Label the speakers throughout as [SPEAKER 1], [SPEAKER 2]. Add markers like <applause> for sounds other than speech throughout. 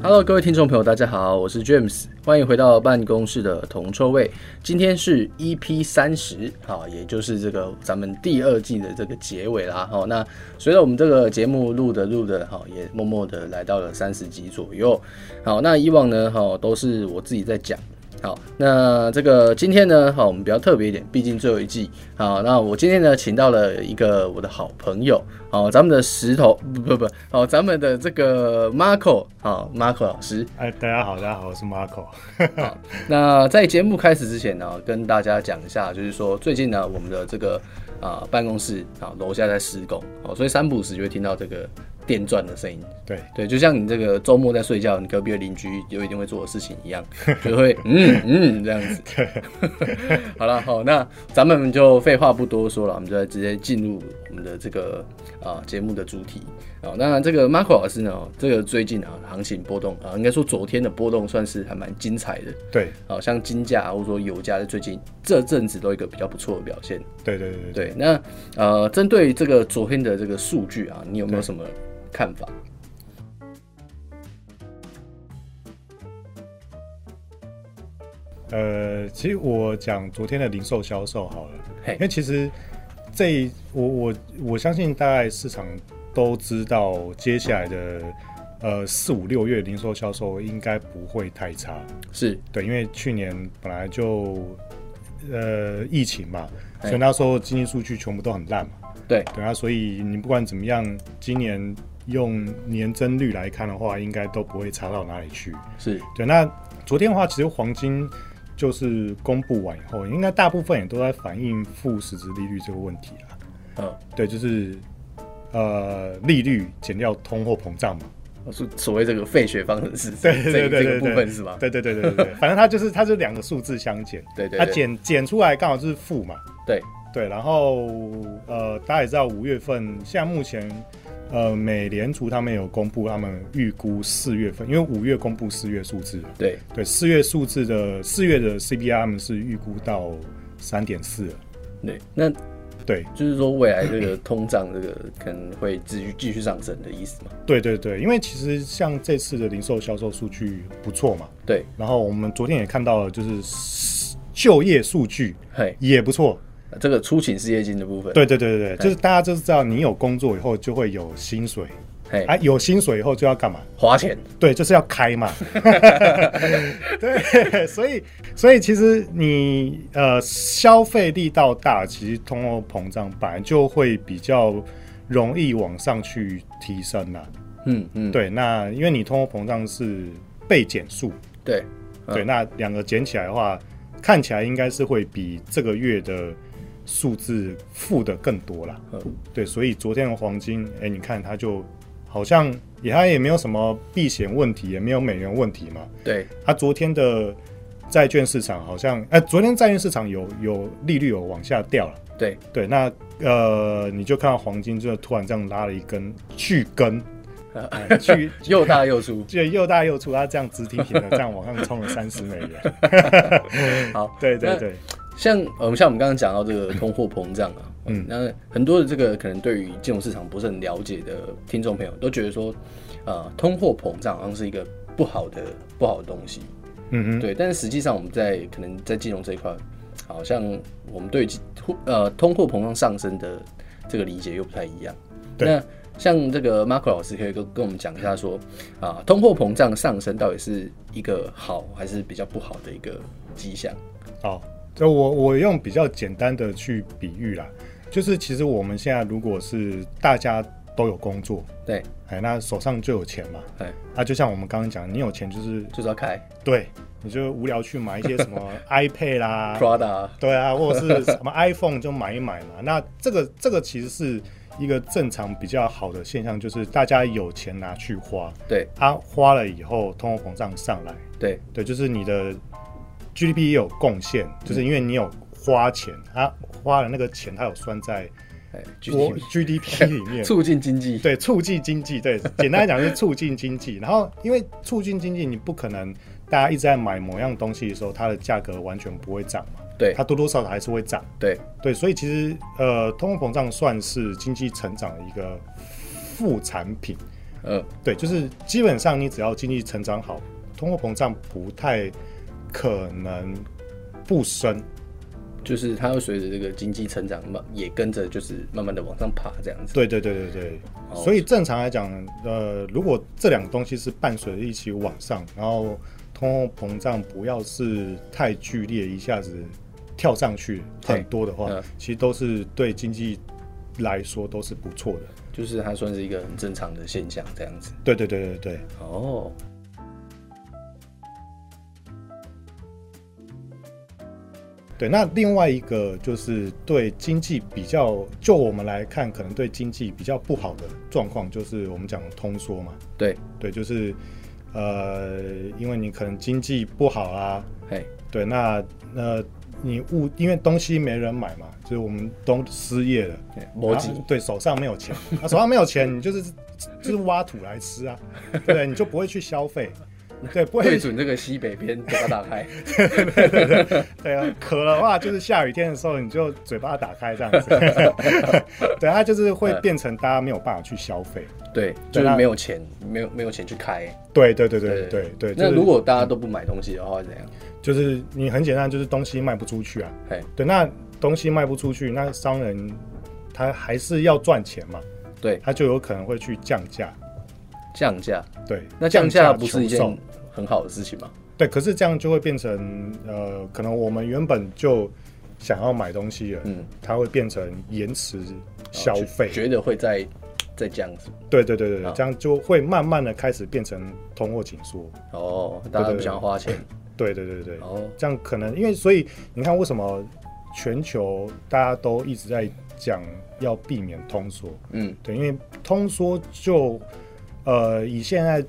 [SPEAKER 1] Hello，各位听众朋友，大家好，我是 James，欢迎回到办公室的铜臭味。今天是 EP 三十，好，也就是这个咱们第二季的这个结尾啦。好，那随着我们这个节目录的录的，好，也默默的来到了三十集左右。好，那以往呢，好都是我自己在讲。好，那这个今天呢，好，我们比较特别一点，毕竟最后一季。好，那我今天呢，请到了一个我的好朋友，好，咱们的石头，不不不，好，咱们的这个 Marco，好，Marco 老师。
[SPEAKER 2] 哎，大家好，大家好，我是 Marco。
[SPEAKER 1] 那在节目开始之前呢，跟大家讲一下，就是说最近呢，我们的这个啊、办公室啊楼下在施工，哦，所以三不五时就会听到这个电钻的声音。
[SPEAKER 2] 对，
[SPEAKER 1] 对，就像你这个周末在睡觉，你隔壁的邻居有一定会做的事情一样，就会嗯嗯这样子。 <laughs> 好了，好，那咱们就废话不多说了，我们就来直接进入我们的这个啊节目的主题啊。那这个 Marco 老师呢，这个最近啊行情波动啊，应该说昨天的波动算是还蛮精彩的。
[SPEAKER 2] 对，
[SPEAKER 1] 好像金价啊或者说油价，在最近这阵子都有一个比较不错的表现。
[SPEAKER 2] 对，对，对，对。
[SPEAKER 1] 对，那呃，针对这个昨天的这个数据啊，你有没有什么看法？
[SPEAKER 2] 呃，其实我讲昨天的零售销售好了，
[SPEAKER 1] 嘿
[SPEAKER 2] 因为其实这一我我我相信大概市场都知道，接下来的呃四五六月零售销售应该不会太差。
[SPEAKER 1] 是
[SPEAKER 2] 对，因为去年本来就呃疫情嘛，
[SPEAKER 1] 哎
[SPEAKER 2] 所以那时候经济数据全部都很烂嘛。
[SPEAKER 1] 对
[SPEAKER 2] 对啊，所以你不管怎么样，今年用年增率来看的话，应该都不会差到哪里去。
[SPEAKER 1] 是
[SPEAKER 2] 对，那昨天的话，其实黄金就是公布完以后，应该大部分也都在反映负实质利率这个问题啊。
[SPEAKER 1] 呃，
[SPEAKER 2] 对，就是呃利率减掉通货膨胀嘛。
[SPEAKER 1] 是所谓这个费雪方程式，
[SPEAKER 2] 对对对
[SPEAKER 1] 这
[SPEAKER 2] 对
[SPEAKER 1] 这
[SPEAKER 2] 对
[SPEAKER 1] 个部分是吧？
[SPEAKER 2] 对对对对对对， <laughs> 反正它就是它就两个数字相减，
[SPEAKER 1] 对对
[SPEAKER 2] 它
[SPEAKER 1] 对
[SPEAKER 2] 减减出来刚好就是负嘛。
[SPEAKER 1] 对
[SPEAKER 2] 对，然后呃，大家也知道五月份，现在目前呃，美联储他们有公布他们预估四月份，因为五月公布四月数字，
[SPEAKER 1] 对
[SPEAKER 2] 对，四月数字的四月的 CPI 他们是预估到三点四，
[SPEAKER 1] 对，那
[SPEAKER 2] 对，
[SPEAKER 1] 就是说未来
[SPEAKER 2] <coughs>
[SPEAKER 1] 这个通胀这个可能会继续继续上升的意思嘛？
[SPEAKER 2] 对对对，因为其实像这次的零售销售数据不错嘛，
[SPEAKER 1] 对，
[SPEAKER 2] 然后我们昨天也看到了，就是就业数据
[SPEAKER 1] 嘿，
[SPEAKER 2] 也不错，
[SPEAKER 1] 这个出勤失业金的部分，，
[SPEAKER 2] 嗯对对对对对，就是大家就知道你有工作以后就会有薪水，
[SPEAKER 1] 嘿，
[SPEAKER 2] 啊，有薪水以后就要干嘛？
[SPEAKER 1] 花钱，
[SPEAKER 2] 对，就是要开嘛。对，所以所以其实你呃消费力道大，其实通货膨胀本来就会比较容易往上去提升啦。
[SPEAKER 1] 嗯嗯，
[SPEAKER 2] 对，那因为你通货膨胀是被减数，
[SPEAKER 1] 对
[SPEAKER 2] 对，那两个减起来的话，看起来应该是会比这个月的数字负的更多啦。
[SPEAKER 1] 嗯
[SPEAKER 2] 对，所以昨天的黄金，哎、你看它就好像也它也没有什么避险问题，也没有美元问题嘛。
[SPEAKER 1] 对
[SPEAKER 2] 它昨天的债券市场好像，哎、昨天债券市场有有利率有往下掉了。
[SPEAKER 1] 对，
[SPEAKER 2] 对，那呃，你就看到黄金就突然这样拉了一根巨根，哎巨，
[SPEAKER 1] 又大又粗
[SPEAKER 2] 就又大又粗，它这样直挺挺的这样往上冲了三十美元。
[SPEAKER 1] <laughs> 好，
[SPEAKER 2] 对对
[SPEAKER 1] 那
[SPEAKER 2] 对
[SPEAKER 1] 像我们像我们刚刚讲到这个通货膨胀啊，嗯
[SPEAKER 2] 嗯，
[SPEAKER 1] 那很多的这个可能对于金融市场不是很了解的听众朋友都觉得说，呃，通货膨胀好像是一个不好的不好的东西，
[SPEAKER 2] 嗯哼，
[SPEAKER 1] 对，但是实际上我们在可能在金融这一块，好像我们对金呃通货膨胀上升的这个理解又不太一样。
[SPEAKER 2] 对
[SPEAKER 1] 那像这个 Marco 老师可以跟跟我们讲一下说，啊，通货膨胀上升到底是一个好还是比较不好的一个迹象？
[SPEAKER 2] 好，就我我用比较简单的去比喻啦，就是其实我们现在如果是大家都有工作，
[SPEAKER 1] 对，
[SPEAKER 2] 哎，那手上就有钱嘛，
[SPEAKER 1] 哎，
[SPEAKER 2] 啊，就像我们刚刚讲，你有钱就是
[SPEAKER 1] 就是要开
[SPEAKER 2] 对，你就无聊去买一些
[SPEAKER 1] <laughs>
[SPEAKER 2] 什么 iPad 啦，
[SPEAKER 1] Prada，
[SPEAKER 2] 对啊，或者是什么 iPhone 就买一买嘛。那这个这个其实是一个正常比较好的现象，就是大家有钱拿去花，
[SPEAKER 1] 对
[SPEAKER 2] 啊，花了以后通货膨胀上来，
[SPEAKER 1] 对
[SPEAKER 2] 对，就是你的 GDP 也有贡献，
[SPEAKER 1] 嗯
[SPEAKER 2] 就是因为你有花钱，啊，花了那个钱，它有算在
[SPEAKER 1] 哎
[SPEAKER 2] 我
[SPEAKER 1] ，GDP <laughs>
[SPEAKER 2] GDP 里面，
[SPEAKER 1] 促进经济，
[SPEAKER 2] 对，促进经济，对，简单来讲就是促进经济。 <laughs> 然后，因为促进经济，你不可能大家一直在买某样东西的时候，它的价格完全不会涨嘛，
[SPEAKER 1] 对
[SPEAKER 2] 它多多少少还是会涨，
[SPEAKER 1] 对
[SPEAKER 2] 对，所以其实呃，通货膨胀算是经济成长的一个副产品，
[SPEAKER 1] 嗯
[SPEAKER 2] 对，就是基本上你只要经济成长好，通货膨胀不太可能不升。
[SPEAKER 1] 就是它会随着这个经济成长嘛，也跟着就是慢慢的往上爬这样子。
[SPEAKER 2] 对对对对对，
[SPEAKER 1] 哦
[SPEAKER 2] 所以正常来讲，呃，如果这两个东西是伴随着一起往上，然后通货膨胀不要是太剧烈，一下子跳上去
[SPEAKER 1] 对
[SPEAKER 2] 很多的话，
[SPEAKER 1] 嗯
[SPEAKER 2] 其实都是对经济来说都是不错的。
[SPEAKER 1] 就是它算是一个很正常的现象这样子。
[SPEAKER 2] 对对对对对，
[SPEAKER 1] 哦，
[SPEAKER 2] 对，那另外一个就是对经济比较，就我们来看，可能对经济比较不好的状况，就是我们讲通缩嘛。
[SPEAKER 1] 对，
[SPEAKER 2] 对，就是呃，因为你可能经济不好啊，
[SPEAKER 1] 嘿，
[SPEAKER 2] 对，那呃，你物因为东西没人买嘛，就是我们都失业了，
[SPEAKER 1] 逻
[SPEAKER 2] 然
[SPEAKER 1] 辑
[SPEAKER 2] 后对，手上没有钱，那、手上没有钱，你就是就是挖土来吃啊，对不对，你就不会去消费，对，不
[SPEAKER 1] 对
[SPEAKER 2] 会
[SPEAKER 1] 准这个西北边，嘴巴打开。
[SPEAKER 2] 对啊，渴的话就是下雨天的时候你就嘴巴打开这样
[SPEAKER 1] <laughs>
[SPEAKER 2] 子，对，它就是会变成大家没有办法去消费。
[SPEAKER 1] 对，就
[SPEAKER 2] 对
[SPEAKER 1] 是
[SPEAKER 2] 那
[SPEAKER 1] 没有钱，没有没有钱去开。
[SPEAKER 2] 对对对对对对，
[SPEAKER 1] 那
[SPEAKER 2] 就是
[SPEAKER 1] 如果大家都不买东西的话，会怎样？
[SPEAKER 2] 就是你很简单，就是东西卖不出去啊，
[SPEAKER 1] 嘿，
[SPEAKER 2] 对，那东西卖不出去，那商人他还是要赚钱嘛，
[SPEAKER 1] 对，
[SPEAKER 2] 他就有可能会去降价，
[SPEAKER 1] 降价。
[SPEAKER 2] 对，
[SPEAKER 1] 那降价不
[SPEAKER 2] 求
[SPEAKER 1] 是一件
[SPEAKER 2] 售
[SPEAKER 1] 很好的事情吗？
[SPEAKER 2] 对，可是这样就会变成呃，可能我们原本就想要买东西了，
[SPEAKER 1] 嗯，哦
[SPEAKER 2] 它会变成延迟消费，
[SPEAKER 1] 觉得会再再降子。
[SPEAKER 2] 对对对对
[SPEAKER 1] 啊
[SPEAKER 2] 对，这样就会慢慢的开始变成通货紧缩，
[SPEAKER 1] 哦，大家不想花钱。
[SPEAKER 2] 对对对对，
[SPEAKER 1] 哦，
[SPEAKER 2] 这样可能因为所以你看为什么全球大家都一直在讲要避免通缩，
[SPEAKER 1] 嗯，
[SPEAKER 2] 对，因为通缩就呃以现在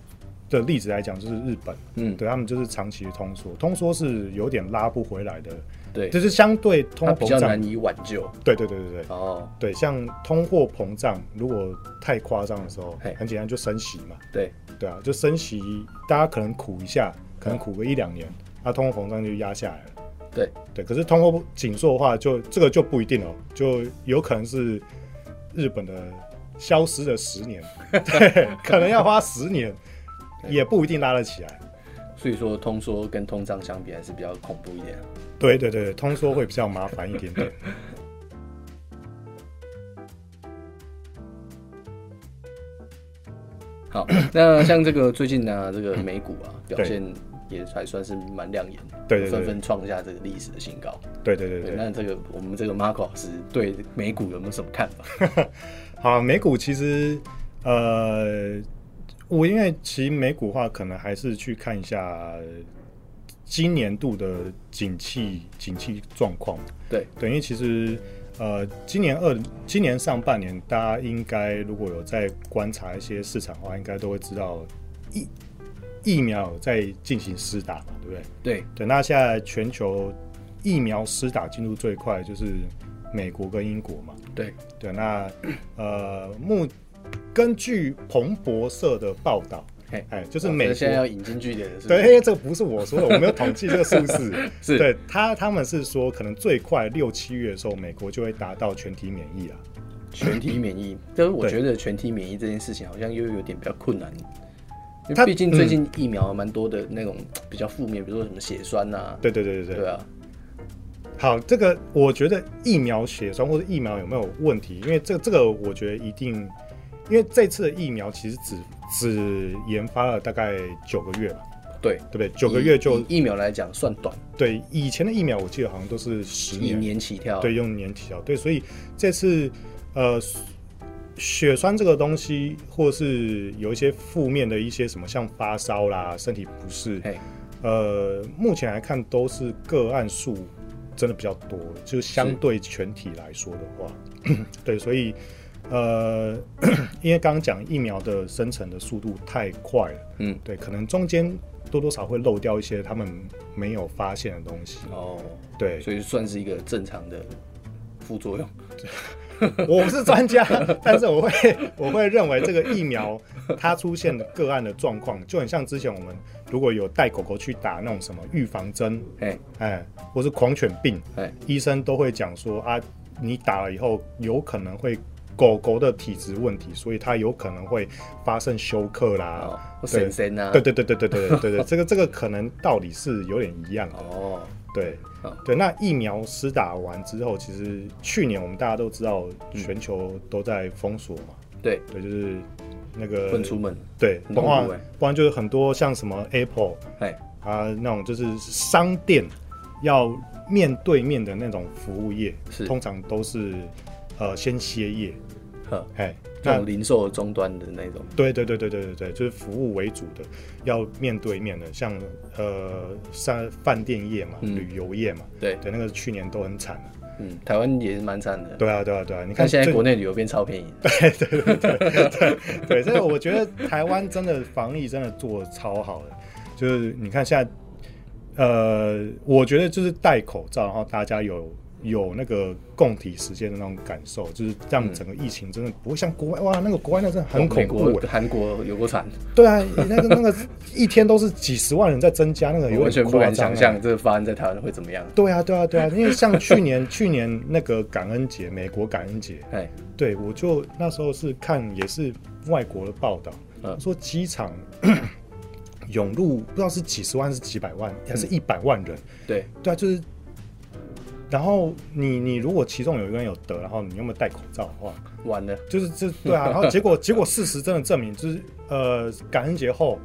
[SPEAKER 2] 的例子来讲，就是日本，
[SPEAKER 1] 嗯
[SPEAKER 2] 对他们就是长期的通缩，通缩是有点拉不回来的，
[SPEAKER 1] 对，
[SPEAKER 2] 就是相对通
[SPEAKER 1] 它
[SPEAKER 2] 货
[SPEAKER 1] 比
[SPEAKER 2] 膨
[SPEAKER 1] 较
[SPEAKER 2] 胀
[SPEAKER 1] 难，以挽救。
[SPEAKER 2] 对对对对对。
[SPEAKER 1] 哦，
[SPEAKER 2] 对，像通货膨胀，如果太夸张的时候
[SPEAKER 1] 嘿，
[SPEAKER 2] 很简单就升息嘛，
[SPEAKER 1] 对，
[SPEAKER 2] 对啊，就升息，大家可能苦一下，可能苦个一两年，那、通货膨胀就压下来了。
[SPEAKER 1] 对
[SPEAKER 2] 对，可是通货紧缩的话就，这个就不一定哦，就有可能是日本的消失了十年， <laughs> 对，可能要花十年，也不一定拉得起来。
[SPEAKER 1] 所以说通缩跟通胀相比还是比较恐怖一点。
[SPEAKER 2] 对对对，通缩会比较麻烦一点点。
[SPEAKER 1] 好， <coughs> 那像这个最近呢、这个美股啊表
[SPEAKER 2] 对
[SPEAKER 1] 现也还算是蛮亮眼的，
[SPEAKER 2] 嗯对对对
[SPEAKER 1] 纷纷创下这个历史的新高。
[SPEAKER 2] 对对对
[SPEAKER 1] 对，
[SPEAKER 2] 对，
[SPEAKER 1] 那这个我们这个 Marco 老师对美股有没有什么看
[SPEAKER 2] <laughs>
[SPEAKER 1] 法？
[SPEAKER 2] 好，美股其实，呃，我因为其实美股的话，可能还是去看一下今年度的景气景气状况。
[SPEAKER 1] 对，
[SPEAKER 2] 对，因为其实呃，今年二今年上半年，大家应该如果有在观察一些市场的话，应该都会知道疫疫苗有在进行施打嘛，对不对？
[SPEAKER 1] 对，
[SPEAKER 2] 对，那现在全球疫苗施打进度最快就是美国跟英国嘛。
[SPEAKER 1] 对，
[SPEAKER 2] 对，那呃，目根据彭博社的报道
[SPEAKER 1] 嘿，
[SPEAKER 2] 哎，就是美
[SPEAKER 1] 哦现在
[SPEAKER 2] 国。
[SPEAKER 1] 要引经据典了，是不
[SPEAKER 2] 对，
[SPEAKER 1] 是
[SPEAKER 2] 因为这个不是我说的，我没有统计这个数字。
[SPEAKER 1] <laughs> 是
[SPEAKER 2] 对他，他们是说可能最快六七月的时候，美国就会达到全体免疫啊。
[SPEAKER 1] 全体免
[SPEAKER 2] <laughs>
[SPEAKER 1] 疫。但是我
[SPEAKER 2] 对
[SPEAKER 1] 觉得全体免疫这件事情好像又有点比较困难，因为
[SPEAKER 2] 它
[SPEAKER 1] 毕竟最
[SPEAKER 2] 嗯
[SPEAKER 1] 近疫苗蛮多的那种比较负面，比如说什么血栓呐、啊，
[SPEAKER 2] 对对对对
[SPEAKER 1] 对啊，
[SPEAKER 2] 好，这个我觉得疫苗血栓或者疫苗有没有问题？因为这这个我觉得一定，因为这次的疫苗其实只只研发了大概九个月吧，
[SPEAKER 1] 对，
[SPEAKER 2] 对不对？九个月就
[SPEAKER 1] 以以疫苗来讲算短，
[SPEAKER 2] 对以前的疫苗，我记得好像都是十
[SPEAKER 1] 以
[SPEAKER 2] 年，
[SPEAKER 1] 年起跳，
[SPEAKER 2] 对，用年起效。对，所以这次呃血栓这个东西，或是有一些负面的一些什么，像发烧啦、身体不适，
[SPEAKER 1] 嘿，
[SPEAKER 2] 呃，目前来看都是个案数真的比较多，就是相对全体来说的话， <coughs> 对，所以呃， <coughs> 因为刚刚讲疫苗的生成的速度太快了，
[SPEAKER 1] 嗯，
[SPEAKER 2] 对，可能中间多多少会漏掉一些他们没有发现的东西，
[SPEAKER 1] 哦，
[SPEAKER 2] 对，
[SPEAKER 1] 所以算是一个正常的副作用。
[SPEAKER 2] <laughs> 我不是专家，但是我会 <laughs> 我会认为这个疫苗它出现的个案的状况，就很像之前我们如果有带狗狗去打那种什么预防针，
[SPEAKER 1] 哎
[SPEAKER 2] 哎，或是狂犬病，
[SPEAKER 1] 哎，
[SPEAKER 2] 医生都会讲说啊，你打了以后有可能会狗狗的体质问题，所以它有可能会发生休克
[SPEAKER 1] 哦
[SPEAKER 2] 啦。，
[SPEAKER 1] 或
[SPEAKER 2] 对
[SPEAKER 1] 神仙啊，
[SPEAKER 2] 对对对对对对对对对，这个这个可能道理是有点一样的。
[SPEAKER 1] 哦，
[SPEAKER 2] 对
[SPEAKER 1] 好，
[SPEAKER 2] 对，那疫苗施打完之后，其实去年我们大家都知道，全球都在封锁嘛，
[SPEAKER 1] 对，
[SPEAKER 2] 对，就是那个
[SPEAKER 1] 不能出门，
[SPEAKER 2] 对，
[SPEAKER 1] 很
[SPEAKER 2] 不然
[SPEAKER 1] 痛苦欸
[SPEAKER 2] 不然就是很多像什么 Apple
[SPEAKER 1] 哎，
[SPEAKER 2] 啊那种就是商店要面对面的那种服务业
[SPEAKER 1] 是，
[SPEAKER 2] 通常都是呃先歇业，
[SPEAKER 1] 呵，
[SPEAKER 2] 哎，
[SPEAKER 1] 这
[SPEAKER 2] 那
[SPEAKER 1] 种零售终端的那种，
[SPEAKER 2] 对对对对对对对，就是服务为主的，要面对面的，像呃像饭店业嘛、
[SPEAKER 1] 嗯
[SPEAKER 2] 旅游业嘛，
[SPEAKER 1] 对，
[SPEAKER 2] 对，那个去年都很惨啊、
[SPEAKER 1] 嗯，台湾也是蛮惨的。
[SPEAKER 2] 对啊对啊对啊，你
[SPEAKER 1] 看
[SPEAKER 2] 看
[SPEAKER 1] 现在
[SPEAKER 2] 最
[SPEAKER 1] 国内旅游变超便宜，
[SPEAKER 2] 对，所以我觉得台湾真的防疫真的做得超好的， <laughs> 就是你看现在，呃，我觉得就是戴口罩，然后大家有有那个共体时间的那种感受，就是让整个疫情真的不会像国外哇，那个国外那真的很恐
[SPEAKER 1] 美
[SPEAKER 2] 怖欸
[SPEAKER 1] 国、韩国有过惨，
[SPEAKER 2] 对啊，那个那个一天都是几十万人在增加，那个
[SPEAKER 1] <laughs> 我
[SPEAKER 2] 哎有
[SPEAKER 1] 完全
[SPEAKER 2] 点
[SPEAKER 1] 不
[SPEAKER 2] 夸
[SPEAKER 1] 敢想
[SPEAKER 2] 张欸。
[SPEAKER 1] 象这个发生在台湾会怎么样。
[SPEAKER 2] 对啊，对啊，对啊，因为像去年 <laughs> 去年那个感恩节，美国感恩节，
[SPEAKER 1] 哎，
[SPEAKER 2] 对，我就那时候是看也是外国的报道，
[SPEAKER 1] 嗯
[SPEAKER 2] 说机场 <coughs> 涌入不知道是几十万还是几百万，还
[SPEAKER 1] 嗯
[SPEAKER 2] 是一百万人，
[SPEAKER 1] 对，
[SPEAKER 2] 对啊，就是。然后你你如果其中有一个人有得，然后你有没有戴口罩的话，
[SPEAKER 1] 完了，
[SPEAKER 2] 就是这
[SPEAKER 1] <laughs>
[SPEAKER 2] 对啊，然后结果结果事实真的证明，就是呃感恩节后，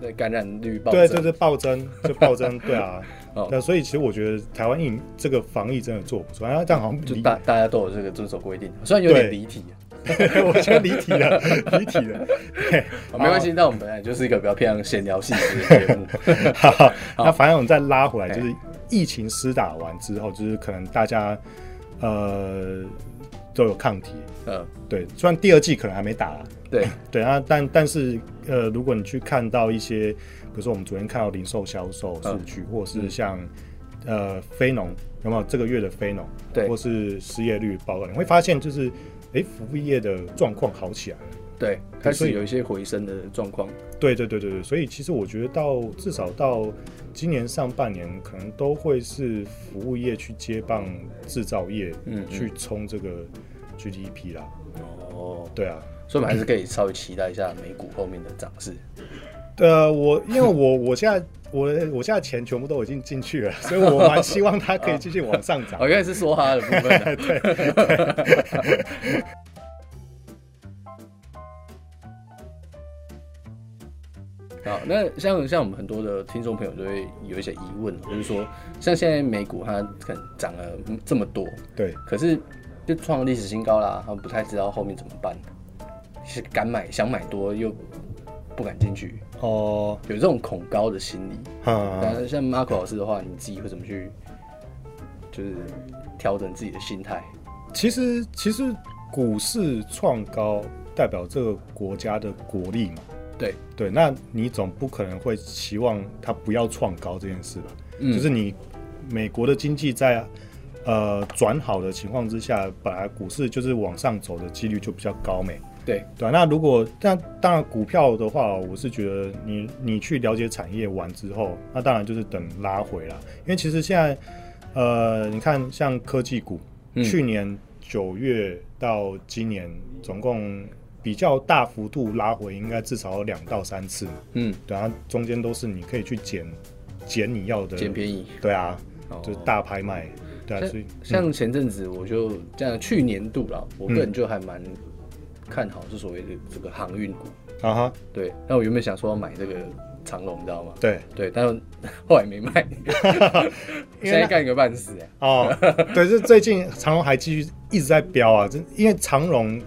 [SPEAKER 1] 那感染率暴
[SPEAKER 2] 对
[SPEAKER 1] 增。
[SPEAKER 2] 对对暴增就
[SPEAKER 1] <laughs>
[SPEAKER 2] 暴增，对啊
[SPEAKER 1] 哦，
[SPEAKER 2] 那所以其实我觉得台湾疫这个防疫真的做不错，然后但好像
[SPEAKER 1] 就
[SPEAKER 2] 离
[SPEAKER 1] 大大家都有这个遵守规定，虽然有点
[SPEAKER 2] 对
[SPEAKER 1] 离题，啊
[SPEAKER 2] <laughs> 我觉得离题了，离题了，对
[SPEAKER 1] 啊没关系。那我们本来就是一个比较偏向闲聊性质的
[SPEAKER 2] <laughs>
[SPEAKER 1] 节目，
[SPEAKER 2] 好，那反正我们再拉回来，就是疫情施打完之后，就是可能大家呃都有抗体，
[SPEAKER 1] 嗯，
[SPEAKER 2] 对，虽然第二季可能还没打啦，
[SPEAKER 1] 对，
[SPEAKER 2] 对啊，但但是呃，如果你去看到一些，比如说我们昨天看到零售销售数据，或是像呃非农有没有这个月的非农，
[SPEAKER 1] 对
[SPEAKER 2] 或是失业率报告，你会发现就是诶，服务业的状况好起来了。
[SPEAKER 1] 对，开
[SPEAKER 2] 所
[SPEAKER 1] 始
[SPEAKER 2] 以
[SPEAKER 1] 有一些回升的状况。
[SPEAKER 2] 对对对对对，所以其实我觉得到至少到今年上半年，可能都会是服务业去接棒制造业，
[SPEAKER 1] 嗯嗯
[SPEAKER 2] 去冲这个 GDP 啦。
[SPEAKER 1] 哦，
[SPEAKER 2] 对啊，
[SPEAKER 1] 所以我们还是可以稍微期待一下美股后面的涨势。
[SPEAKER 2] 呃，我因为我我现在我我现在钱全部都已经进去了，所以我蛮希望它可以继续往上涨
[SPEAKER 1] 哦，。原来是说哈的部分 <laughs> 啊、好，那像像我们很多的听众朋友就会有一些疑问，就是说，像现在美股它可能涨了这么多，
[SPEAKER 2] <laughs> 对，
[SPEAKER 1] 可是就创了历史新高啦，他们不太知道后面怎么办，是敢买想买多又不敢进去，
[SPEAKER 2] 哦，
[SPEAKER 1] 有这种恐高的心理。
[SPEAKER 2] 啊，
[SPEAKER 1] 那像 Marco 老师的话，你自己会怎么去，就是调整自己的心态？
[SPEAKER 2] 其实其实股市创高代表这个国家的国力嘛。
[SPEAKER 1] 对，
[SPEAKER 2] 对，那你总不可能会期望它不要创高这件事吧？
[SPEAKER 1] 嗯
[SPEAKER 2] 就是你美国的经济在呃转好的情况之下，本来股市就是往上走的几率就比较高没。
[SPEAKER 1] 对，
[SPEAKER 2] 对啊、那如果那当然股票的话，我是觉得你你去了解产业完之后，那当然就是等拉回啦。因为其实现在呃，你看像科技股，
[SPEAKER 1] 嗯
[SPEAKER 2] 去年九月到今年总共比较大幅度拉回，应该至少有两到三次嘛。
[SPEAKER 1] 嗯，
[SPEAKER 2] 对啊，中间都是你可以去捡捡你要的，
[SPEAKER 1] 捡便宜。
[SPEAKER 2] 对啊，
[SPEAKER 1] 哦
[SPEAKER 2] 就是大拍卖，对啊，所以
[SPEAKER 1] 像前阵子我就这样，去年度啦，我个人就还蛮看好是所谓的这个航运股。
[SPEAKER 2] 啊哈，
[SPEAKER 1] 对，那我原本想说要买这个长龙，你知道吗？
[SPEAKER 2] 对
[SPEAKER 1] 对，但 <laughs> 是后来没 <laughs> 卖，
[SPEAKER 2] 因为那
[SPEAKER 1] 现在干个半死啊。
[SPEAKER 2] 哦， <laughs> 对，这最近长荣还继续一直在飙啊，这因为长荣，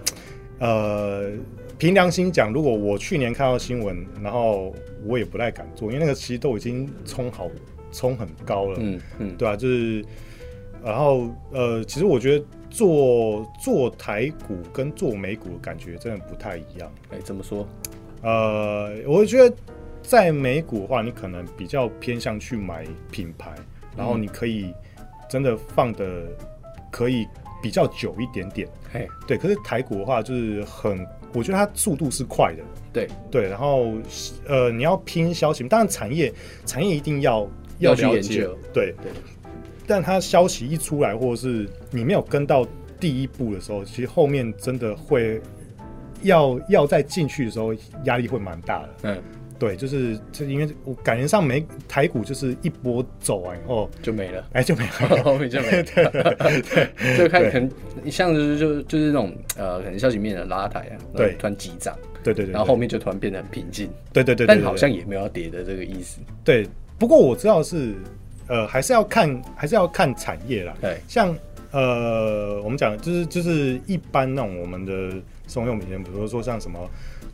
[SPEAKER 2] 呃，凭良心讲，如果我去年看到新闻，然后我也不太敢做，因为那个其实都已经冲好冲很高了，
[SPEAKER 1] 嗯嗯，
[SPEAKER 2] 对啊，就是，然后呃，其实我觉得做做台股跟做美股的感觉真的不太一样。
[SPEAKER 1] 哎，怎么说？
[SPEAKER 2] 呃，我觉得在美股的话，你可能比较偏向去买品牌，然后你可以真的放的可以比较久一点点。
[SPEAKER 1] 嘿，
[SPEAKER 2] 对，可是台股的话，就是很，我觉得它速度是快的。
[SPEAKER 1] 对，
[SPEAKER 2] 对，然后呃，你要拼消息，当然产业产业一定要
[SPEAKER 1] 要去
[SPEAKER 2] 了
[SPEAKER 1] 研
[SPEAKER 2] 解
[SPEAKER 1] 究，
[SPEAKER 2] 对
[SPEAKER 1] 对，
[SPEAKER 2] 但它消息一出来，或者是你没有跟到第一步的时候，其实后面真的会要要再进去的时候，压力会蛮大的。
[SPEAKER 1] 嗯，
[SPEAKER 2] 对，就是就因为我感觉上美台股就是一波走完以后，
[SPEAKER 1] 就没了。 <laughs>
[SPEAKER 2] 哎就没了。
[SPEAKER 1] 后哦面就没 <laughs> 了，就看可能像就是就就是那种呃，可能消息面的拉抬啊，然后
[SPEAKER 2] 对
[SPEAKER 1] 突然急涨，
[SPEAKER 2] <laughs> 对对对，
[SPEAKER 1] 然后后面就突然变得很平静，
[SPEAKER 2] 对对对对对
[SPEAKER 1] 但
[SPEAKER 2] 对
[SPEAKER 1] 好像也没有要跌的这个意思。
[SPEAKER 2] 对，不过我知道是，呃，还是要看，还是要看产业啦。
[SPEAKER 1] 对，
[SPEAKER 2] 像呃，我们讲就是就是一般那种我们的生活用品，比如说像什么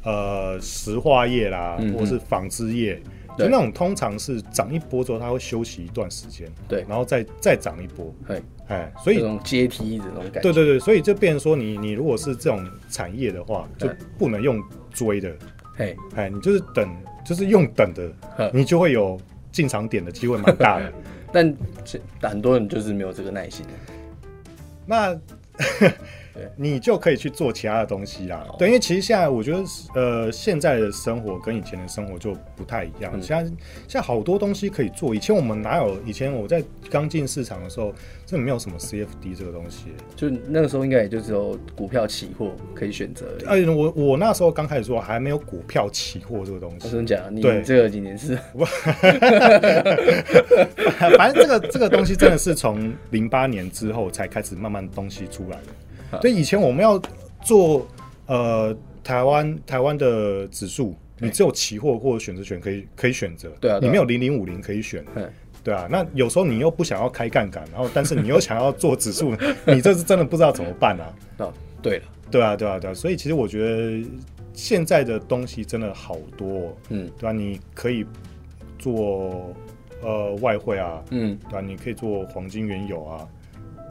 [SPEAKER 2] 呃石化业啦，
[SPEAKER 1] 嗯嗯
[SPEAKER 2] 或是纺织业，
[SPEAKER 1] 对
[SPEAKER 2] 就那种通常是涨一波之后，它会休息一段时间，
[SPEAKER 1] 对
[SPEAKER 2] 然后再再涨一波，
[SPEAKER 1] 对，
[SPEAKER 2] 哎，所以
[SPEAKER 1] 这种阶梯的那种感觉，
[SPEAKER 2] 对对对，所以就变成说你你如果是这种产业的话，就
[SPEAKER 1] 对
[SPEAKER 2] 不能用追的，
[SPEAKER 1] 嘿，
[SPEAKER 2] 哎，你就是等，就是用等的，
[SPEAKER 1] 呵
[SPEAKER 2] 你就会有进场点的机会蛮
[SPEAKER 1] <laughs>
[SPEAKER 2] 大的。
[SPEAKER 1] 但这很多人就是没有这个耐心。
[SPEAKER 2] 那 <laughs>
[SPEAKER 1] 对哦
[SPEAKER 2] 你就可以去做其他的东西啦
[SPEAKER 1] 好。
[SPEAKER 2] 对，因为其实现在我觉得，呃，现在的生活跟以前的生活就不太一样。
[SPEAKER 1] 嗯
[SPEAKER 2] 现在现在好多东西可以做，以前我们哪有？以前我在刚进市场的时候，真的没有什么 CFD 这个东西。
[SPEAKER 1] 就那个时候应该也就只有股票期货可以选择而已。
[SPEAKER 2] 而且哎我我那时候刚开始做，还没有股票期货这个东
[SPEAKER 1] 我
[SPEAKER 2] 西。
[SPEAKER 1] 跟你讲，啊你
[SPEAKER 2] 对
[SPEAKER 1] 这个几年是 <laughs>
[SPEAKER 2] <laughs> 反正这个这个东西真的是从零八年之后才开始慢慢东西出来的。
[SPEAKER 1] 啊
[SPEAKER 2] 对，以前我们要做呃台湾台湾的指数，你只有期货或者选择权可以可以选择，
[SPEAKER 1] 哎对啊对啊
[SPEAKER 2] 你没有零零五零可以选，
[SPEAKER 1] 嗯
[SPEAKER 2] 对啊。那有时候你又不想要开杠杆，然后但是你又想要做指数， <laughs> 你这是真的不知道怎么办啊。
[SPEAKER 1] 哦，对了，
[SPEAKER 2] 对啊，对啊，对啊。所以其实我觉得现在的东西真的好多哦、
[SPEAKER 1] 嗯
[SPEAKER 2] 对吧、你可以做呃外汇啊，
[SPEAKER 1] 嗯，
[SPEAKER 2] 对啊，你可以做黄金原油啊，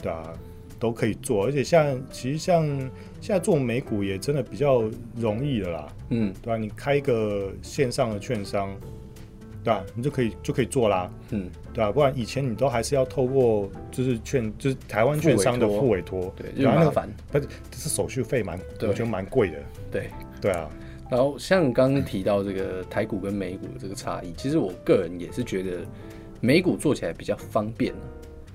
[SPEAKER 2] 对啊，都可以做。而且像其实像现在做美股也真的比较容易了啦，
[SPEAKER 1] 嗯
[SPEAKER 2] 对啊，你开一个线上的券商，对啊，你就可以就可以做啦，
[SPEAKER 1] 嗯，
[SPEAKER 2] 对啊，不然以前你都还是要透过就是券就是台湾券商的
[SPEAKER 1] 付委托
[SPEAKER 2] 付委托，
[SPEAKER 1] 对，就
[SPEAKER 2] 然后
[SPEAKER 1] 麻
[SPEAKER 2] 那个
[SPEAKER 1] 烦。
[SPEAKER 2] 不是这是手续费蛮，
[SPEAKER 1] 对
[SPEAKER 2] 我觉得蛮贵的，
[SPEAKER 1] 对，
[SPEAKER 2] 对啊，
[SPEAKER 1] 然后像刚刚提到这个台股跟美股的这个差异，其实我个人也是觉得美股做起来比较方便啊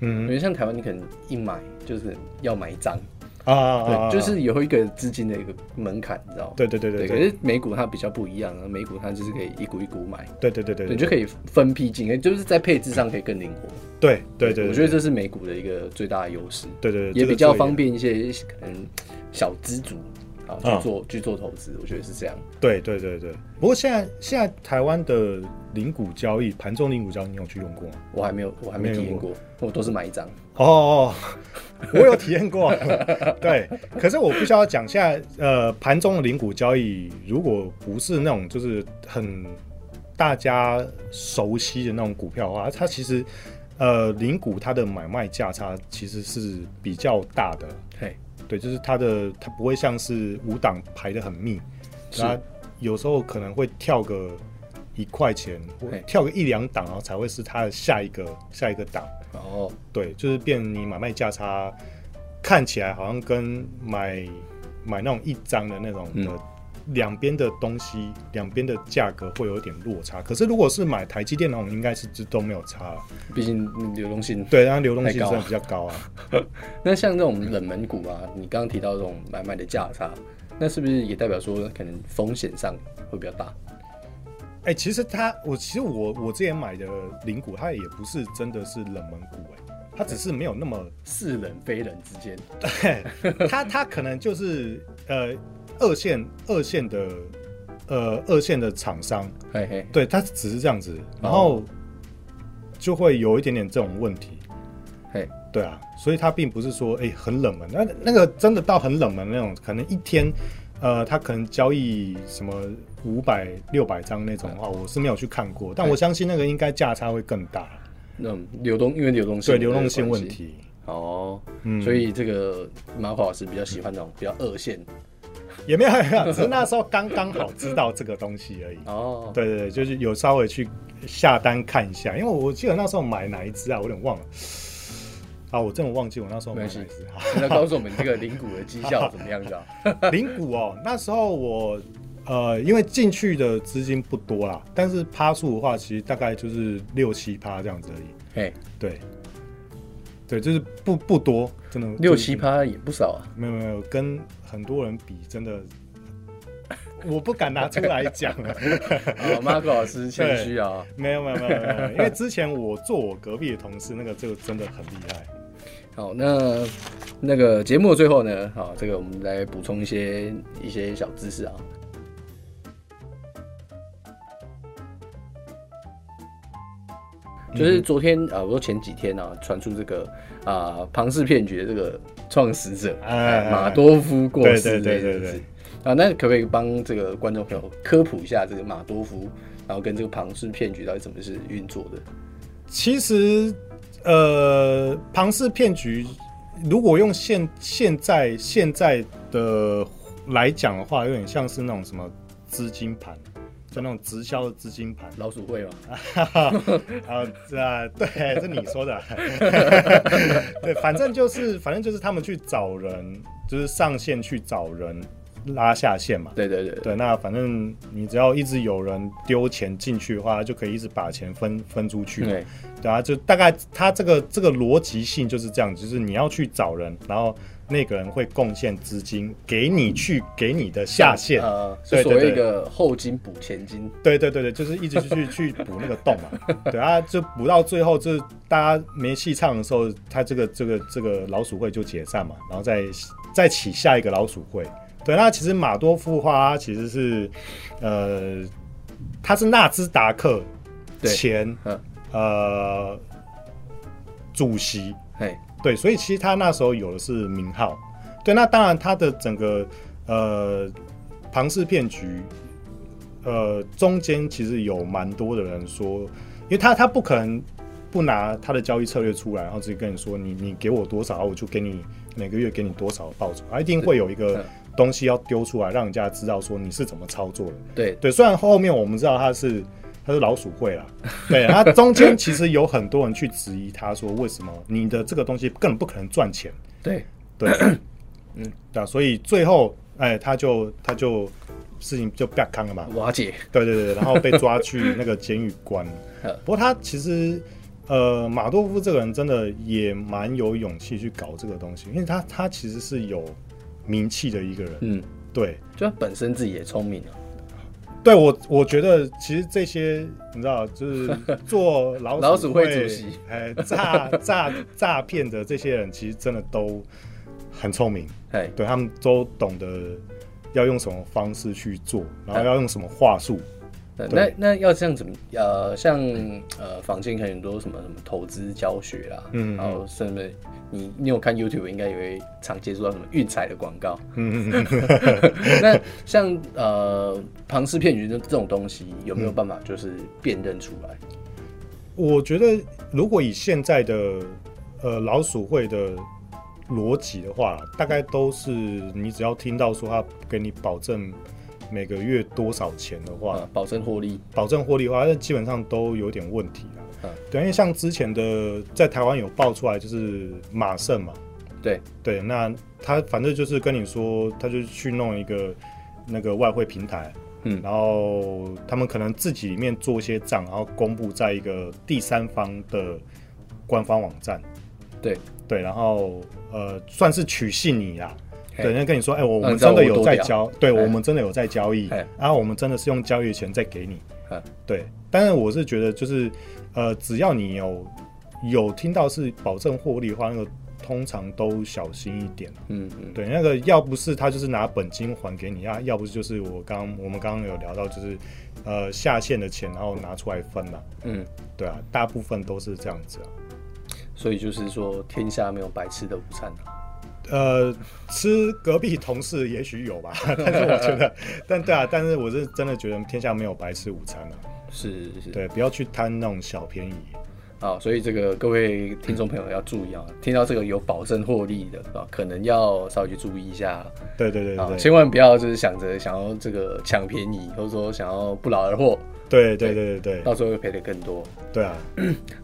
[SPEAKER 1] 因
[SPEAKER 2] 嗯
[SPEAKER 1] 为像台湾你可能一买就是要买一张，
[SPEAKER 2] 啊啊啊啊，
[SPEAKER 1] 对，就是有一个资金的一个门槛，你知道吗？
[SPEAKER 2] 对对对对
[SPEAKER 1] 可是美股它比较不一样啊，美股它就是可以一股一股买，
[SPEAKER 2] 对对对对
[SPEAKER 1] 对，你就可以分批进，也就是在配置上可以更灵活。
[SPEAKER 2] 对对对，
[SPEAKER 1] 我觉得这是美股的一个最大的优势，
[SPEAKER 2] 对对对
[SPEAKER 1] 也比较方。便一些可能小资族啊
[SPEAKER 2] 嗯
[SPEAKER 1] 去做去做投资，我觉得是这样。
[SPEAKER 2] 对对对对，不过现在现在台湾的零股交易，盘中零股交易，你有去用过吗？
[SPEAKER 1] 我还没有我还没体验过，我都是买一张。
[SPEAKER 2] 哦， <laughs> 我有体验过， <laughs> 对。可是我必须要讲一下，呃，盘中的零股交易，如果不是那种就是很大家熟悉的那种股票的话，它其实呃零股它的买卖价差其实是比较大的，
[SPEAKER 1] 嘿，
[SPEAKER 2] 对，就是它的它不会像是五档排的很密，
[SPEAKER 1] 是
[SPEAKER 2] 它有时候可能会跳个一块钱，或
[SPEAKER 1] 嘿
[SPEAKER 2] 跳个一两档，然后才会是它的下一个下一个档。
[SPEAKER 1] 然后
[SPEAKER 2] 对，就是变你买卖价差看起来好像跟买买那种一张的那种
[SPEAKER 1] 嗯
[SPEAKER 2] 的两边的东西，两边的价格会有点落差。可是如果是买台积电那种，应该是这都没有差了。
[SPEAKER 1] 毕竟流动性，
[SPEAKER 2] 对，然后流动性
[SPEAKER 1] 太高
[SPEAKER 2] 真
[SPEAKER 1] 啊
[SPEAKER 2] 的比较高啊。
[SPEAKER 1] 那像这种冷门股啊，你刚刚提到这种买卖的价差，那是不是也代表说可能风险上会比较大？
[SPEAKER 2] 哎、其实它，我其实我我之前买的零股，它也不是真的是冷门股、哎，它只是没有那么，
[SPEAKER 1] 似冷非冷之间，
[SPEAKER 2] 它它可能就是呃二线二线的呃二线的厂商，
[SPEAKER 1] 嘿嘿，
[SPEAKER 2] 对，它只是这样子，然后就会有一点点这种问题，
[SPEAKER 1] 嘿，
[SPEAKER 2] 对啊，所以它并不是说哎、很冷门，那那个真的到很冷门那种，可能一天。呃，它可能交易什么五百、六百张那种
[SPEAKER 1] 嗯
[SPEAKER 2] 啊，我是没有去看过，但我相信那个应该价差会更大。
[SPEAKER 1] 那种流动因为流动性
[SPEAKER 2] 对
[SPEAKER 1] 的
[SPEAKER 2] 流动性
[SPEAKER 1] 关
[SPEAKER 2] 问
[SPEAKER 1] 系
[SPEAKER 2] 题，
[SPEAKER 1] 哦，
[SPEAKER 2] 嗯
[SPEAKER 1] 所以这个马华老师比较喜欢那种比较二线
[SPEAKER 2] 也没有， <laughs> 没有，只是那时候刚刚好知道这个东西而已。
[SPEAKER 1] <laughs> 哦，
[SPEAKER 2] 对对对，就是有稍微去下单看一下，因为我记得那时候买哪一只啊，我有点忘了。啊，我真的忘记我那时候买哪一
[SPEAKER 1] 没
[SPEAKER 2] 只
[SPEAKER 1] 那告诉我们这个零股的绩效怎么样子 <laughs> 啊？
[SPEAKER 2] 啊。零股哦，那时候我呃，因为进去的资金不多啦，但是趴数的话，其实大概就是六七趴这样子而已。
[SPEAKER 1] 嘿，
[SPEAKER 2] 对，对，就是不不多，真的
[SPEAKER 1] 六七，趴也不少啊。
[SPEAKER 2] 没有没有，跟很多人比，真的， <laughs> 我不敢拿出来讲了。
[SPEAKER 1] 好，Marco 哦老 <laughs> 师谦虚啊。
[SPEAKER 2] <laughs> 没有没有没有没有，因为之前我做我隔壁的同事，那个就真的很厉害。
[SPEAKER 1] 好，那那个节目的最后呢，好，这个我们来补充一些一些小知识啊。
[SPEAKER 2] 嗯
[SPEAKER 1] 就是昨天啊、呃我说前几天啊，传出这个啊、庞氏骗局的这个创始者、啊
[SPEAKER 2] 哎哎
[SPEAKER 1] 马多夫过世
[SPEAKER 2] 对对对
[SPEAKER 1] 这件
[SPEAKER 2] 对
[SPEAKER 1] 事
[SPEAKER 2] 对
[SPEAKER 1] 啊，那可不可以帮这个观众朋友科普一下这个马多夫，然后跟这个庞氏骗局到底怎么是运作的？
[SPEAKER 2] 其实，呃，庞氏骗局，如果用现现在现在的来讲的话，有点像是那种什么资金盘，就那种直销的资金盘。
[SPEAKER 1] 老鼠会嘛，
[SPEAKER 2] 啊，这啊，对，是你说的。 <laughs> 对，反正就是，反正就是他们去找人，就是上线去找人拉下线嘛。
[SPEAKER 1] 对对对对
[SPEAKER 2] 对，那反正你只要一直有人丢钱进去的话，就可以一直把钱分分出去嘛。
[SPEAKER 1] 对，
[SPEAKER 2] 对啊，就大概他这个这个逻辑性就是这样，就是你要去找人，然后那个人会贡献资金给你去给你的下线。
[SPEAKER 1] 呃，是
[SPEAKER 2] 对
[SPEAKER 1] 所
[SPEAKER 2] 对
[SPEAKER 1] 谓
[SPEAKER 2] 对
[SPEAKER 1] 一个后金补前金，
[SPEAKER 2] 对对对对，就是一直去去补那个洞嘛。对啊，就补到最后，就是大家没戏唱的时候，他这个这个这个老鼠会就解散嘛，然后再再起下一个老鼠会。对，那其实马多夫的话，他其实是呃，他是纳斯达克
[SPEAKER 1] 对
[SPEAKER 2] 前
[SPEAKER 1] 嗯
[SPEAKER 2] 呃主席。
[SPEAKER 1] 嘿，
[SPEAKER 2] 对，所以其实他那时候有的是名号。对，那当然他的整个呃庞氏骗局，呃中间其实有蛮多的人说，因为他他不可能不拿他的交易策略出来，然后直接跟你说你你给我多少，我就给你每个月给你多少报酬，他一定会有一
[SPEAKER 1] 嗯
[SPEAKER 2] 个东西要丢出来，让人家知道说你是怎么操作的。
[SPEAKER 1] 对
[SPEAKER 2] 对，虽然后面我们知道他是他是老鼠会啦，对，他中间其实有很多人去质疑他说，为什么你的这个东西根本不可能赚钱，
[SPEAKER 1] 对，
[SPEAKER 2] 对，嗯，对啊、所以最后哎，他就他就事情就被康了嘛，
[SPEAKER 1] 瓦解，
[SPEAKER 2] 对对对，然后被抓去那个监狱关。不过他其实，呃，马多夫这个人真的也蛮有勇气去搞这个东西，因为他他其实是有名气的一个人，
[SPEAKER 1] 嗯，
[SPEAKER 2] 对，
[SPEAKER 1] 就他本身自己也聪明啊，
[SPEAKER 2] 对我，我觉得其实这些你知道，就是
[SPEAKER 1] <laughs>
[SPEAKER 2] 做老
[SPEAKER 1] 老鼠会
[SPEAKER 2] 会
[SPEAKER 1] 主席，
[SPEAKER 2] 哎，诈诈诈骗的这些人，其实真的都很聪明，
[SPEAKER 1] 嘿，
[SPEAKER 2] 对他们都懂得要用什么方式去做，然后要用什么话术。
[SPEAKER 1] 那那
[SPEAKER 2] 对
[SPEAKER 1] 那要这样怎么呃，像呃坊间可能很多什么什么投资教学啦，
[SPEAKER 2] 嗯
[SPEAKER 1] 然后甚至你你有看 YouTube 应该也会常接触到什么运彩的广告，
[SPEAKER 2] 嗯，嗯嗯
[SPEAKER 1] <laughs> 那像呃庞氏骗局的这种东西有没
[SPEAKER 2] 嗯
[SPEAKER 1] 有办法就是辨认出来？
[SPEAKER 2] 我觉得如果以现在的呃老鼠会的逻辑的话，大概都是你只要听到说他给你保证每个月多少钱的话，
[SPEAKER 1] 啊，保证获利，
[SPEAKER 2] 保证获利的话，那基本上都有点问题了。
[SPEAKER 1] 嗯
[SPEAKER 2] 对，因为像之前的在台湾有爆出来，就是马胜嘛，
[SPEAKER 1] 对
[SPEAKER 2] 对，那他反正就是跟你说，他就去弄一个那个外汇平台，
[SPEAKER 1] 嗯
[SPEAKER 2] 然后他们可能自己里面做一些账，然后公布在一个第三方的官方网站，
[SPEAKER 1] 对，
[SPEAKER 2] 对，然后呃，算是取信你啦。
[SPEAKER 1] 嘿
[SPEAKER 2] 对，人家跟你说，哎、我
[SPEAKER 1] 让你
[SPEAKER 2] 们
[SPEAKER 1] 知道
[SPEAKER 2] 真的
[SPEAKER 1] 我
[SPEAKER 2] 有
[SPEAKER 1] 多
[SPEAKER 2] 在
[SPEAKER 1] 屌
[SPEAKER 2] 交，对
[SPEAKER 1] 嘿
[SPEAKER 2] 我们真的有在交易
[SPEAKER 1] 嘿，
[SPEAKER 2] 然后我们真的是用交易的钱再给你
[SPEAKER 1] 嗯，
[SPEAKER 2] 对。但是我是觉得，就是呃，只要你有有听到是保证获利的话，那个通常都小心一点啊
[SPEAKER 1] 嗯嗯，
[SPEAKER 2] 对，那个要不是他就是拿本金还给你，啊要要不就是我刚我们刚刚有聊到，就是呃下线的钱然后拿出来分了、
[SPEAKER 1] 嗯，
[SPEAKER 2] 对啊，大部分都是这样子啊。
[SPEAKER 1] 所以就是说天下没有白吃的午餐啊。
[SPEAKER 2] 呃，吃隔壁同事也许有吧，但是我觉得，但对啊，但是我是真的觉得天下没有白吃午餐啊。
[SPEAKER 1] 是是
[SPEAKER 2] 对，不要去贪那种小便宜。
[SPEAKER 1] 啊，所以这个各位听众朋友要注意啊，听到这个有保证获利的啊，可能要稍微去注意一下
[SPEAKER 2] 对对对
[SPEAKER 1] 啊，
[SPEAKER 2] 对
[SPEAKER 1] 千万不要就是想着想要这个抢便宜，或者说想要不劳而获，
[SPEAKER 2] 对对对对对对
[SPEAKER 1] 到时候会赔得更多。
[SPEAKER 2] 对啊！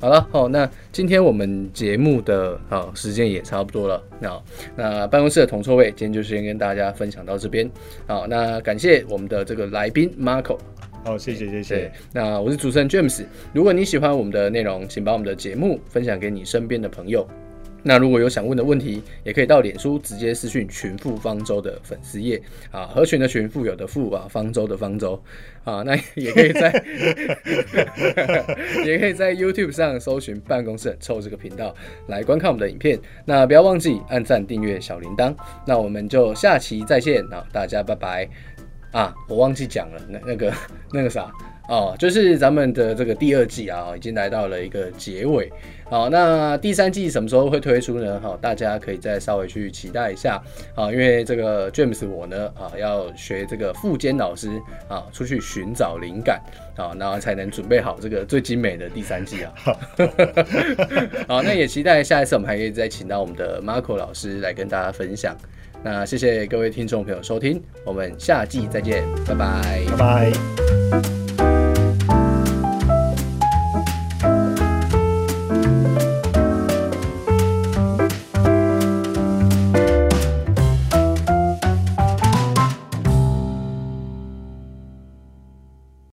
[SPEAKER 1] 好了，好，那今天我们节目的啊时间也差不多了，那那办公室的同错位今天就先跟大家分享到这边，好，那感谢我们的这个来宾 Marco。
[SPEAKER 2] 好，谢谢谢
[SPEAKER 1] 对
[SPEAKER 2] 谢，，
[SPEAKER 1] 那我是主持人 James。如果你喜欢我们的内容，请把我们的节目分享给你身边的朋友。那如果有想问的问题，也可以到脸书直接私讯群富方舟的粉丝页啊，合群的群富有的富啊，方舟的方舟啊，那 <laughs> 也可以在也可以在 YouTube 上搜寻“办公室很臭”这个频道来观看我们的影片。那不要忘记按赞、订阅、小铃铛。那我们就下期再见啊，大家拜拜啊！我忘记讲了，那那个那个啥哦，就是咱们的这个第二季啊，已经来到了一个结尾。好，那第三季什么时候会推出呢？好，大家可以再稍微去期待一下啊，因为这个 James 我呢啊要学这个富坚老师啊出去寻找灵感啊，然后才能准备好这个最精美的第三季啊。 <laughs> 好，那也期待下一次我们还可以再请到我们的 Marco 老师来跟大家分享。那谢谢各位听众朋友收听，我们下季再见，拜拜。
[SPEAKER 2] 拜拜。